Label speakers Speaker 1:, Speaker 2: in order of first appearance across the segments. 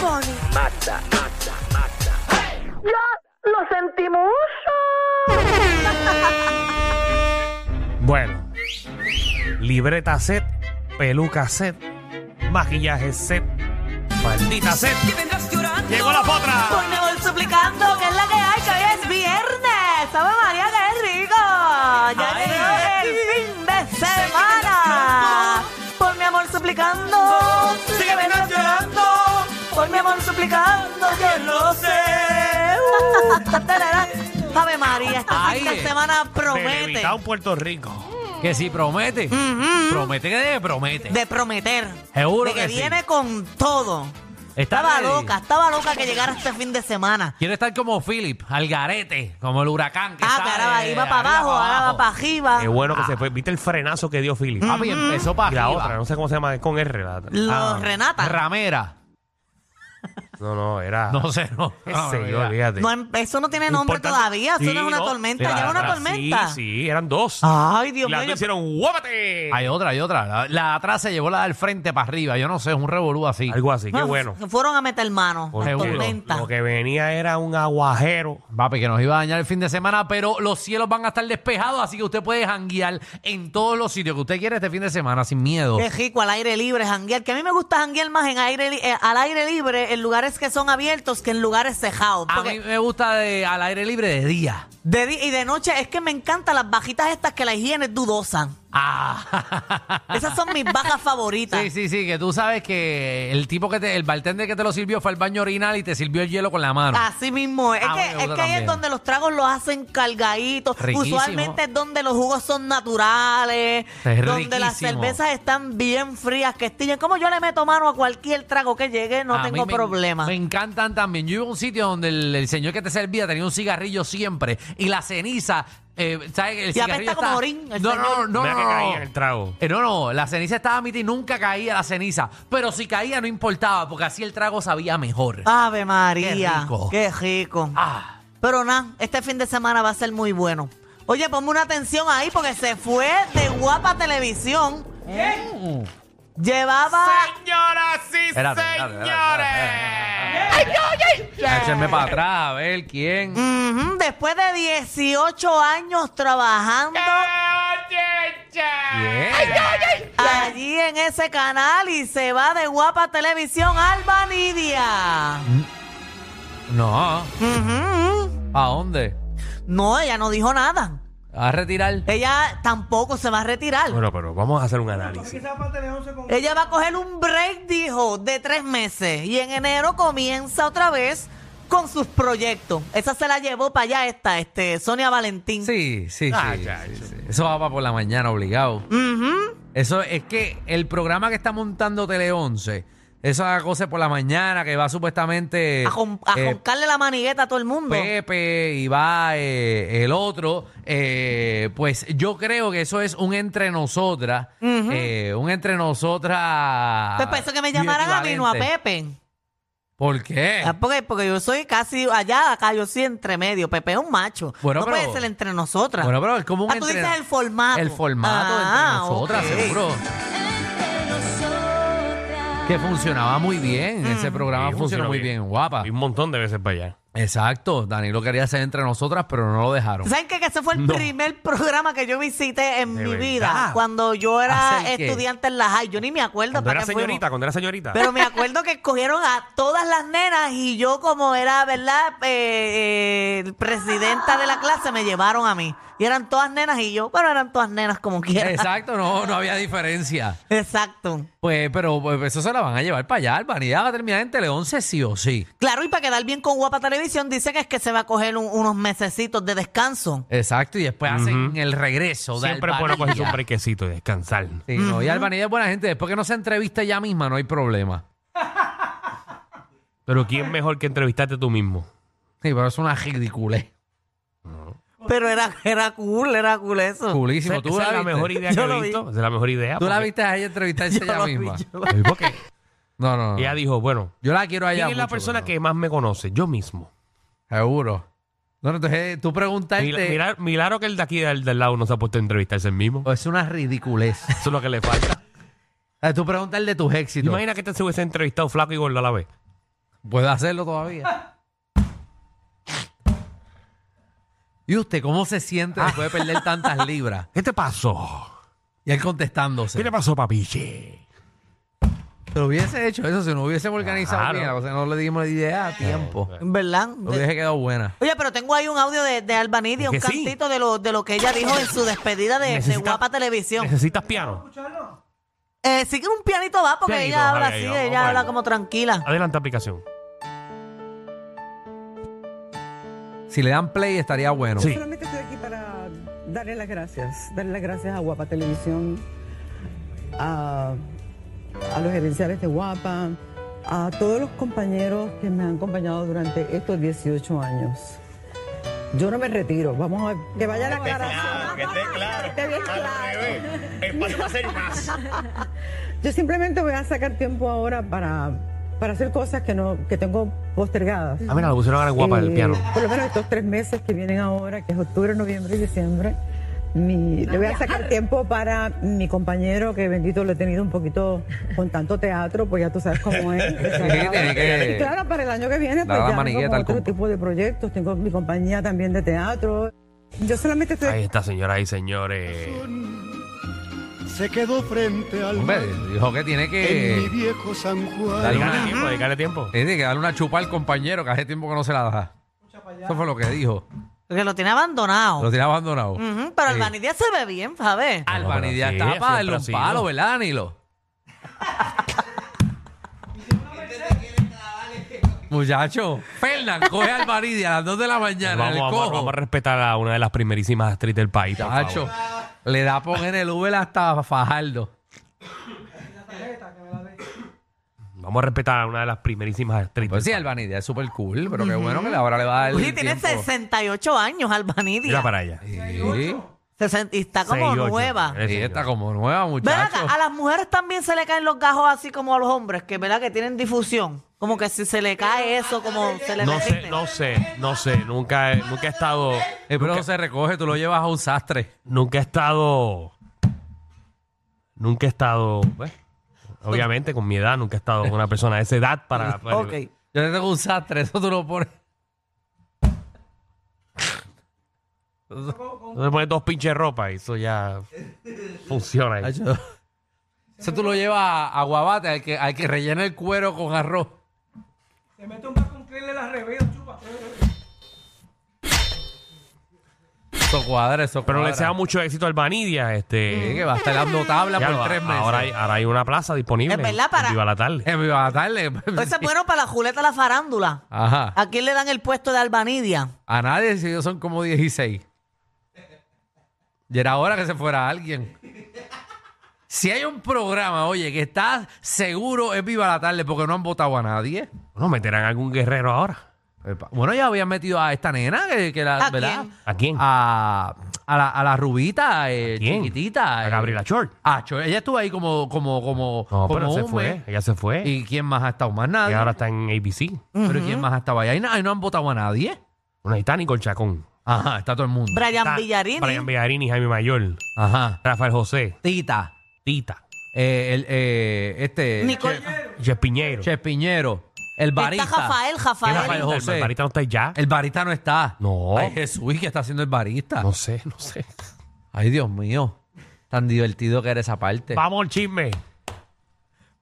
Speaker 1: pone.
Speaker 2: Mata, mata, mata.
Speaker 3: ¡Ya lo sentimos!
Speaker 4: Bueno, libreta set, peluca set, maquillaje set, maldita set. Llegó la potra.
Speaker 1: Ponemos suplicando que es la que hay, que hoy es viernes. ¿Sabe María que es rico? Ya llegó el fin de semana. Por mi amor suplicando. Sí que vengas llorando. Por mi amor suplicando que lo sé. Uh, Ave María, esta
Speaker 5: Ay,
Speaker 1: fin de
Speaker 5: eh,
Speaker 1: semana promete.
Speaker 4: Televitao Puerto Rico.
Speaker 5: Que si promete. Promete que debe, promete.
Speaker 1: De prometer.
Speaker 5: Seguro
Speaker 1: de que,
Speaker 5: que sí.
Speaker 1: viene con todo.
Speaker 5: Está
Speaker 1: Estaba
Speaker 5: ready.
Speaker 1: loca, estaba loca que llegara este fin de semana.
Speaker 5: Quiero estar como Philip, al garete, como el huracán que
Speaker 1: Ah,
Speaker 5: está
Speaker 1: que ahora va,
Speaker 5: de
Speaker 1: iba para
Speaker 5: arriba
Speaker 1: abajo, ahora va para arriba.
Speaker 4: Qué bueno que se fue. ¿Viste el frenazo que dio Philip?
Speaker 1: Ah.
Speaker 5: Papi, empezó para
Speaker 4: Y la otra, no sé cómo se llama, es con R. La,
Speaker 1: Los
Speaker 4: Ah,
Speaker 1: Renata.
Speaker 5: Ramera.
Speaker 4: no, no, era.
Speaker 5: No sé, no.
Speaker 4: Qué
Speaker 5: no,
Speaker 4: sé yo,
Speaker 5: mira.
Speaker 4: olvídate.
Speaker 1: No, em- eso no tiene nombre
Speaker 4: Importante-
Speaker 1: todavía. Eso no
Speaker 4: Sí,
Speaker 1: es una tormenta.
Speaker 4: era
Speaker 1: Ya es una
Speaker 4: otra.
Speaker 1: tormenta.
Speaker 4: Sí, sí, eran dos.
Speaker 1: Ay, Dios
Speaker 4: Las
Speaker 1: mío.
Speaker 4: dos hicieron guapate.
Speaker 5: Hay otra, hay otra. La, la de atrás se llevó la del frente para arriba. Yo no sé, es un revolú así.
Speaker 4: Algo así, qué
Speaker 1: No,
Speaker 4: bueno.
Speaker 1: se Fueron a meter mano.
Speaker 4: Porque
Speaker 1: La
Speaker 5: Seguro.
Speaker 1: tormenta.
Speaker 4: Lo que venía era un aguajero.
Speaker 5: Papi, que nos iba a dañar el fin de semana, pero los cielos van a estar despejados, así que usted puede janguear en todos los sitios que usted quiera este fin de semana sin miedo.
Speaker 1: Qué rico al aire libre, janguear. Que a mí me gusta janguear más en aire li- eh, al aire libre en lugares que son abiertos que en lugares cejados.
Speaker 5: A
Speaker 1: Porque
Speaker 5: mí me gusta de- al aire libre de día.
Speaker 1: de di- y de noche es que me encantan las bajitas estas que la higiene es dudosa.
Speaker 5: Ah.
Speaker 1: Esas son mis bajas favoritas.
Speaker 5: Sí, sí, sí, que tú sabes que el tipo que te, el bartender que te lo sirvió fue al baño orinal y te sirvió el hielo con la mano.
Speaker 1: Así mismo, es,
Speaker 5: Ah,
Speaker 1: que,
Speaker 5: me gusta
Speaker 1: es que ahí es
Speaker 5: también.
Speaker 1: donde los tragos los hacen cargaditos.
Speaker 5: Riquísimo.
Speaker 1: Usualmente es donde los jugos son naturales,
Speaker 5: Es
Speaker 1: donde las
Speaker 5: riquísimo.
Speaker 1: cervezas están bien frías, que estillen. Como yo le meto mano a cualquier trago que llegue, no
Speaker 5: A mí
Speaker 1: tengo
Speaker 5: me-
Speaker 1: problema.
Speaker 5: Me encantan también. Yo iba a un sitio donde el, el señor que te servía tenía un cigarrillo siempre y la ceniza, eh, ¿sabes? El
Speaker 1: Y apesta
Speaker 5: cigarrillo
Speaker 1: como
Speaker 5: está-
Speaker 1: orín, el
Speaker 5: No, no,
Speaker 1: señor.
Speaker 5: no,
Speaker 4: Mira que
Speaker 5: no,
Speaker 4: caía
Speaker 5: no.
Speaker 4: en el trago.
Speaker 5: Eh, no, no, la ceniza estaba a mitad y nunca caía la ceniza. Pero si caía no importaba, porque así el trago sabía mejor.
Speaker 1: Ave María, qué rico.
Speaker 5: rico. Ah.
Speaker 1: Pero nada, este fin de semana va a ser muy bueno. Oye, ponme una atención ahí porque se fue de guapa televisión.
Speaker 5: Mm.
Speaker 1: Llevaba.
Speaker 4: Señoras y
Speaker 5: Espérate, espérate, espérate,
Speaker 4: señores.
Speaker 5: Échenme para atrás, a ver quién.
Speaker 1: Ujú, Después de 18 años trabajando
Speaker 5: ¿Quién?
Speaker 1: allí en ese canal y se va de guapa televisión Alba Nidia.
Speaker 5: No,
Speaker 1: Ujú.
Speaker 5: ¿a dónde?
Speaker 1: No, ella no dijo nada.
Speaker 5: ¿A retirar?
Speaker 1: Ella tampoco se va a retirar.
Speaker 4: Bueno, pero vamos a hacer un análisis.
Speaker 1: Ella va a coger un break, dijo, de tres meses. Y en enero comienza otra vez con sus proyectos. Esa se la llevó para allá esta, este, Sonia Valentín.
Speaker 5: Sí, sí,
Speaker 4: Ah,
Speaker 5: sí,
Speaker 4: ya,
Speaker 5: sí,
Speaker 4: eso.
Speaker 5: sí. Eso va para por la mañana, obligado.
Speaker 1: Ujú.
Speaker 5: Eso es que el programa que está montando Tele 11, esa cosa por la mañana que va supuestamente
Speaker 1: A, jon- a
Speaker 5: eh,
Speaker 1: joncarle la manigueta a todo el mundo.
Speaker 5: Pepe y va eh, el otro, eh, pues yo creo que eso es un entre nosotras,
Speaker 1: Ujú.
Speaker 5: eh, un entre nosotras.
Speaker 1: Pues pensó que me llamaran a mí, no a
Speaker 5: bioequivalente.
Speaker 1: Pepe.
Speaker 5: ¿Por qué?
Speaker 1: Ah, porque, porque yo soy casi allá, acá yo soy entre medio. Pepe es un macho.
Speaker 5: Bueno,
Speaker 1: no
Speaker 5: pero-
Speaker 1: puede ser entre nosotras.
Speaker 5: Bueno, pero es como un
Speaker 1: ah, tú
Speaker 5: entre-
Speaker 1: dices el formato.
Speaker 5: El formato
Speaker 1: Ah,
Speaker 5: entre nosotras,
Speaker 1: ok.
Speaker 5: seguro. Que funcionaba muy bien.
Speaker 1: Mm.
Speaker 5: Ese programa
Speaker 4: Sí,
Speaker 5: funcionó muy bien, guapa.
Speaker 4: Y un montón de veces para allá.
Speaker 5: Exacto. Danilo quería hacer entre nosotras, pero no lo dejaron.
Speaker 1: ¿Saben qué? Que ese fue el primer programa que yo visité en
Speaker 4: ¿De
Speaker 1: mi
Speaker 4: verdad?
Speaker 1: vida. Cuando yo era
Speaker 5: ¿Hacer qué?
Speaker 1: estudiante en la high. Yo ni me acuerdo
Speaker 4: Cuando
Speaker 1: para
Speaker 4: era
Speaker 1: qué fuimos.
Speaker 4: señorita, cuando era señorita.
Speaker 1: Pero me acuerdo que escogieron a todas las nenas y yo como era, ¿verdad? Eh, eh, presidenta de la clase me llevaron a mí. Y eran todas nenas y yo, pero eran todas nenas como quiera.
Speaker 5: Exacto, no, no había diferencia.
Speaker 1: Exacto.
Speaker 5: Pues, pero pues, eso se la van a llevar para allá. Albanidad va a terminar en Tele 11 sí o sí.
Speaker 1: Claro, y para quedar bien con Guapa Televisión, dice que es que se va a coger un- unos mesecitos de descanso.
Speaker 5: Exacto, y después hacen el regreso de
Speaker 4: Siempre es bueno
Speaker 5: Albanía.
Speaker 4: coger un brequecito y descansar.
Speaker 5: Sí, no, y Albanía es buena gente. Después que no se entrevista ella misma, no hay problema.
Speaker 4: Pero ¿quién mejor que entrevistarte tú mismo?
Speaker 5: Sí, pero es una ridiculez.
Speaker 1: Pero era, era cool, era cool eso.
Speaker 5: Culísimo.
Speaker 4: Esa
Speaker 5: ¿Tú
Speaker 4: es
Speaker 5: la,
Speaker 4: la
Speaker 5: viste?
Speaker 4: mejor idea que
Speaker 1: Yo
Speaker 4: he
Speaker 1: lo vi.
Speaker 4: visto. Esa es la mejor idea.
Speaker 5: ¿Tú la
Speaker 4: Ah, porque-
Speaker 5: viste a ella entrevistarse
Speaker 1: Yo
Speaker 5: ella
Speaker 1: lo vi,
Speaker 5: misma?
Speaker 1: yo
Speaker 4: Sí, Porque
Speaker 5: No, no, no.
Speaker 4: ella dijo, bueno,
Speaker 5: Yo la quiero a Ah. ella
Speaker 4: ¿quién es la
Speaker 5: mucho,
Speaker 4: persona
Speaker 5: pero-
Speaker 4: que más me conoce? Yo mismo.
Speaker 5: Seguro. No, no, entonces eh, tú preguntaste...
Speaker 4: Mira- mira- Milagro que el de aquí del, del lado no se ha puesto a entrevistarse el mismo.
Speaker 5: o Oh, es una ridiculez.
Speaker 4: Eso es lo que le falta. este
Speaker 5: Ah, tú preguntas el de tus éxitos.
Speaker 4: Imagina que te se hubiese entrevistado flaco y gordo a la vez.
Speaker 5: Puede hacerlo todavía. ¿Y usted cómo se siente
Speaker 4: Ah.
Speaker 5: después de perder tantas libras?
Speaker 4: ¿Qué te pasó?
Speaker 5: Y él contestándose.
Speaker 4: ¿Qué le pasó, papiche?
Speaker 5: Pero hubiese hecho eso, si no hubiésemos organizado
Speaker 4: Claro.
Speaker 5: bien, o sea, no le dimos la idea a tiempo.
Speaker 1: ¿Verdad?
Speaker 5: Lo hubiese quedado buena.
Speaker 1: Oye, pero tengo ahí un audio de, de Albanidia, un
Speaker 4: Es que sí.
Speaker 1: cantito de, lo, de lo que ella dijo en su despedida de, de
Speaker 4: Necesita-
Speaker 1: Guapa Televisión.
Speaker 4: ¿Necesitas piano?
Speaker 1: Eh, sí que un pianito va porque
Speaker 4: Pianito,
Speaker 1: ella habla
Speaker 4: Javi,
Speaker 1: así,
Speaker 4: vamos,
Speaker 1: ella
Speaker 4: vamos.
Speaker 1: habla como tranquila.
Speaker 4: Adelante, aplicación.
Speaker 5: Si le dan play estaría bueno.
Speaker 4: Sí.
Speaker 6: Solamente estoy aquí para darle las gracias, darle las gracias a Guapa Televisión, a, a los gerenciales de Guapa, a todos los compañeros que me han acompañado durante estos 18 años. Yo no me retiro, vamos a que vaya la cara.
Speaker 7: que esté claro.
Speaker 6: Esté bien
Speaker 7: Al
Speaker 6: claro.
Speaker 7: revés. Espacio para hacer más.
Speaker 6: Yo simplemente voy a sacar tiempo ahora para, para hacer cosas que no que tengo postergadas.
Speaker 4: Ah, mira, lo pusieron ahora guapa el
Speaker 6: Eh,
Speaker 4: piano.
Speaker 6: Por lo menos estos tres meses que vienen ahora, que es octubre, noviembre y diciembre, mi- le voy a sacar tiempo para mi compañero, que bendito lo he tenido un poquito con tanto teatro, pues ya tú sabes cómo es.
Speaker 5: tiene que-
Speaker 6: Y claro, para el año que viene,
Speaker 5: Dar
Speaker 6: pues
Speaker 5: la
Speaker 6: ya
Speaker 5: manigueta
Speaker 6: tengo
Speaker 5: al
Speaker 6: otro
Speaker 5: compa.
Speaker 6: tipo de proyectos, tengo mi compañía también de teatro. Yo solamente estoy
Speaker 4: Ahí está, señoras y señores.
Speaker 8: se quedó frente al mar
Speaker 5: Hombre, dijo que tiene
Speaker 8: en mi
Speaker 5: que,
Speaker 8: viejo San
Speaker 5: Dale.
Speaker 8: Juan.
Speaker 4: Dedicale tiempo, dedicale tiempo.
Speaker 5: tiene que darle una chupa al compañero que hace tiempo que no se la da. Eso fue lo que dijo.
Speaker 1: Porque lo tiene abandonado.
Speaker 5: Lo tiene abandonado.
Speaker 1: Ujú, pero
Speaker 5: Sí.
Speaker 1: Albanidia se ve bien, ¿sabes?
Speaker 4: No, pero
Speaker 5: Albanidad
Speaker 4: sí,
Speaker 5: está para
Speaker 4: siempre
Speaker 5: darle
Speaker 4: ha
Speaker 5: un
Speaker 4: sido.
Speaker 5: palo, ¿verdad, Danilo? Muchacho, Fernan, coge a Albanidia a las 2 de la mañana,
Speaker 4: Vamos,
Speaker 5: el
Speaker 4: vamos,
Speaker 5: cojo.
Speaker 4: vamos a respetar a una de las primerísimas actrices del país. por favor.
Speaker 5: Muchacho, le da a poner el Uber hasta Fajardo.
Speaker 4: Vamos a respetar a una de las primerísimas actrices.
Speaker 5: Pues sí, Albanidia es súper cool, pero qué bueno que ahora le va a dar
Speaker 1: Uy,
Speaker 5: el
Speaker 1: tiene
Speaker 5: tiempo.
Speaker 1: 68 años Albanidia.
Speaker 4: Mira para allá.
Speaker 5: Sí,
Speaker 1: Sesen- y está como
Speaker 4: Seis, ocho.
Speaker 1: nueva.
Speaker 4: Eh,
Speaker 5: sí, está como nueva,
Speaker 1: Ven acá,
Speaker 5: muchacho.
Speaker 1: a las mujeres también se le caen los gajos así como a los hombres, que verdad que tienen difusión. Como que si se le cae eso, como se le
Speaker 4: No sé,
Speaker 1: derrite.
Speaker 4: no sé, no sé. Nunca he, nunca he estado.
Speaker 5: El pelo se recoge, tú lo llevas a un sastre.
Speaker 4: Nunca he estado. Nunca he estado. pues, obviamente, con mi edad, nunca he estado con una persona de esa edad para. para-
Speaker 1: Ok.
Speaker 5: Yo le tengo un sastre, eso tú lo pones.
Speaker 4: No le pones dos pinches de ropa y eso ya funciona. ahí.
Speaker 5: Hacho. Eso tú lo llevas a, a Guabate, al que, al que rellena el cuero con arroz. Se mete un chupa. Eso cuadra, eso
Speaker 4: Pero le
Speaker 5: cuadra.
Speaker 4: deseamos mucho éxito al Vanidia.
Speaker 5: Sí,
Speaker 4: Este,
Speaker 5: que va a estar dando tabla
Speaker 4: ya
Speaker 5: por
Speaker 4: lo-
Speaker 5: tres meses.
Speaker 4: Ahora hay, ahora hay una plaza disponible.
Speaker 1: Es verdad, para-
Speaker 4: en Viva la tarde.
Speaker 5: Eh, me va a darle.
Speaker 1: Pues Eso es bueno para la Juleta la farándula.
Speaker 5: Ajá.
Speaker 1: ¿A quién le dan el puesto de Albanidia?
Speaker 5: A nadie, si ellos son como 16. Y era hora que se fuera alguien. Si hay un programa, oye, que está seguro es Viva la Tarde porque no han votado a nadie.
Speaker 4: Bueno, meterán algún guerrero ahora.
Speaker 5: Epa. Bueno, ya habían metido a esta nena, que, que la,
Speaker 1: ¿A
Speaker 5: ¿verdad?
Speaker 1: quién?
Speaker 4: ¿A quién?
Speaker 5: A, a la, a la rubita, eh,
Speaker 4: quién?
Speaker 5: chiquitita.
Speaker 4: A
Speaker 5: eh.
Speaker 4: Gabriela Short.
Speaker 5: Ah, Cho- ella estuvo ahí como, como, como,
Speaker 4: No,
Speaker 5: como
Speaker 4: pero se
Speaker 5: un
Speaker 4: fue.
Speaker 5: mes.
Speaker 4: Ella se fue. Y,
Speaker 5: ¿Y quién más ha estado? Más nadie.
Speaker 4: ahora está en ABC.
Speaker 5: ¿Pero quién más ha estado ahí? Ahí no, ahí no han votado a nadie.
Speaker 4: Bueno, ahí está Nicole Chacón.
Speaker 5: Ajá, está todo el mundo.
Speaker 1: Brian
Speaker 4: Está
Speaker 1: Villarini.
Speaker 4: Brian Villarini, Jaime Mayor.
Speaker 5: Ajá.
Speaker 4: Rafael José.
Speaker 5: Tita.
Speaker 4: Tita.
Speaker 5: eh, el, eh, este...
Speaker 1: Nicole-
Speaker 4: Jess Piñero.
Speaker 5: Che Piñero. El barista.
Speaker 1: Está Rafael,
Speaker 5: ¿Quién es
Speaker 1: Rafael.
Speaker 5: Rafael José?
Speaker 4: El barista no está ya.
Speaker 5: El barista no está.
Speaker 4: No.
Speaker 5: Ay, Jesús, ¿y qué está haciendo el barista?
Speaker 4: No sé, no sé.
Speaker 5: Ay, Dios mío. Tan divertido que era esa parte.
Speaker 4: Vamos al chisme.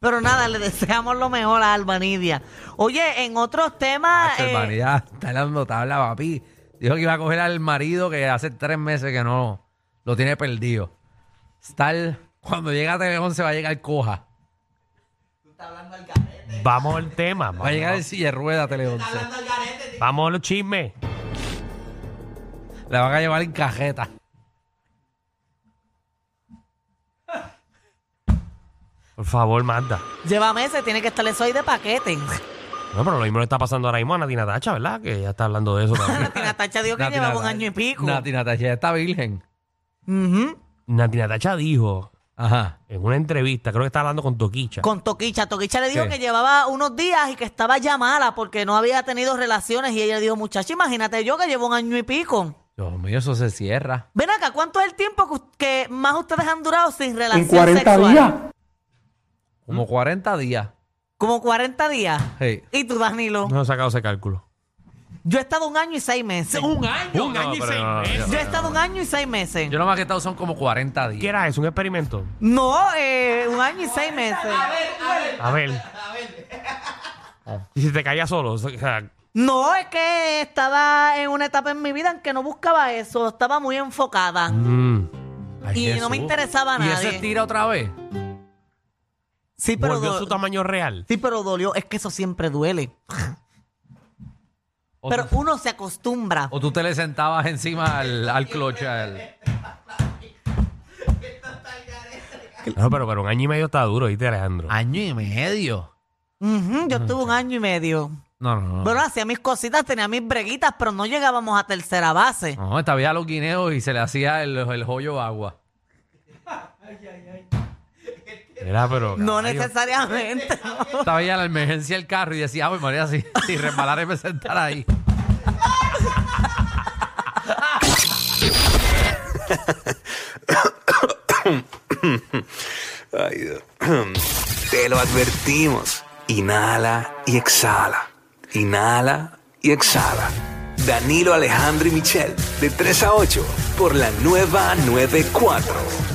Speaker 1: Pero nada, le deseamos lo mejor a Albanidia. Oye, en otros temas.
Speaker 5: Hacho, el
Speaker 1: eh,
Speaker 5: barista está dando tabla, papi. Dijo que iba a coger al marido que hace tres meses que no lo tiene perdido. Tal, cuando llega a Teleón se va a llegar coja.
Speaker 4: Vamos al tema.
Speaker 5: Va a llegar el
Speaker 4: Vamos,
Speaker 5: silla de rueda a Teleón.
Speaker 4: vamos a los chismes.
Speaker 5: La van a llevar en cajeta.
Speaker 4: Por favor, manda.
Speaker 1: lleva meses, tiene que estar eso ahí de paquete.
Speaker 4: No, pero lo mismo le está pasando ahora mismo a Natina Tacha, ¿verdad? Que ya está hablando de eso también.
Speaker 1: Nati Natacha dijo que
Speaker 5: Nati
Speaker 1: llevaba un
Speaker 5: Natacha-
Speaker 1: año
Speaker 4: eh.
Speaker 1: y pico.
Speaker 5: Nati Natacha ya está virgen.
Speaker 1: Ujú.
Speaker 4: Natina Tacha dijo
Speaker 5: Ajá.
Speaker 4: en una entrevista, creo que está hablando con Toquicha.
Speaker 1: Con Toquicha. Toquicha le dijo
Speaker 5: Sí.
Speaker 1: que llevaba unos días y que estaba ya mala porque no había tenido relaciones. Y ella dijo, muchacha, imagínate yo que llevo un año y pico.
Speaker 5: Dios mío, eso se cierra.
Speaker 1: Ven acá, ¿cuánto es el tiempo que, us- que más ustedes han durado sin relación sexual?
Speaker 5: Como 40 días.
Speaker 1: Como 40 días.
Speaker 5: ¿Mm? Sí.
Speaker 1: Y tú, Danilo.
Speaker 4: No he sacado ese cálculo.
Speaker 1: Yo he estado un año y seis meses.
Speaker 7: Un año. Un año y
Speaker 4: pero
Speaker 7: seis
Speaker 4: no,
Speaker 7: meses.
Speaker 1: Yo he estado un año y seis meses.
Speaker 5: Yo lo más que he estado son como 40 días.
Speaker 4: ¿Qué era eso? ¿Un experimento?
Speaker 1: No, eh, un año y seis meses.
Speaker 4: A ver. Y si te caías solo. O sea,
Speaker 1: No, es que estaba en una etapa en mi vida en que no buscaba eso. Estaba muy enfocada.
Speaker 4: mm,
Speaker 1: Y no me interesaba a
Speaker 5: ¿Y eso
Speaker 1: nadie.
Speaker 5: es tira otra vez?
Speaker 1: Sí, pero,
Speaker 4: volvió
Speaker 1: do-
Speaker 4: su tamaño real.
Speaker 1: sí, pero dolió. Es que eso siempre duele.
Speaker 5: ¿O,
Speaker 1: Pero
Speaker 5: tú,
Speaker 1: uno se acostumbra.
Speaker 5: o tú te le sentabas encima al, al cloche? al-
Speaker 4: No, pero, pero un año y medio está duro, ¿viste, Alejandro?
Speaker 5: Año y medio.
Speaker 1: Ujú, yo estuve un año y medio.
Speaker 5: No, no, no.
Speaker 1: Bueno, hacía mis cositas, tenía mis breguitas, pero no llegábamos a tercera base.
Speaker 5: No, esta había los guineos y se le hacía el, el joyo agua.
Speaker 4: Era, pero.
Speaker 1: No
Speaker 4: caballo.
Speaker 1: necesariamente.
Speaker 5: Esta veía la emergencia del carro y decía, ay, María, si, si resbalara y me sentara ahí.
Speaker 2: Ay, Dios. Te lo advertimos. Inhala y exhala. Inhala y exhala. Danilo Alejandro y Michel, de 3 a 8, por la nueva 94.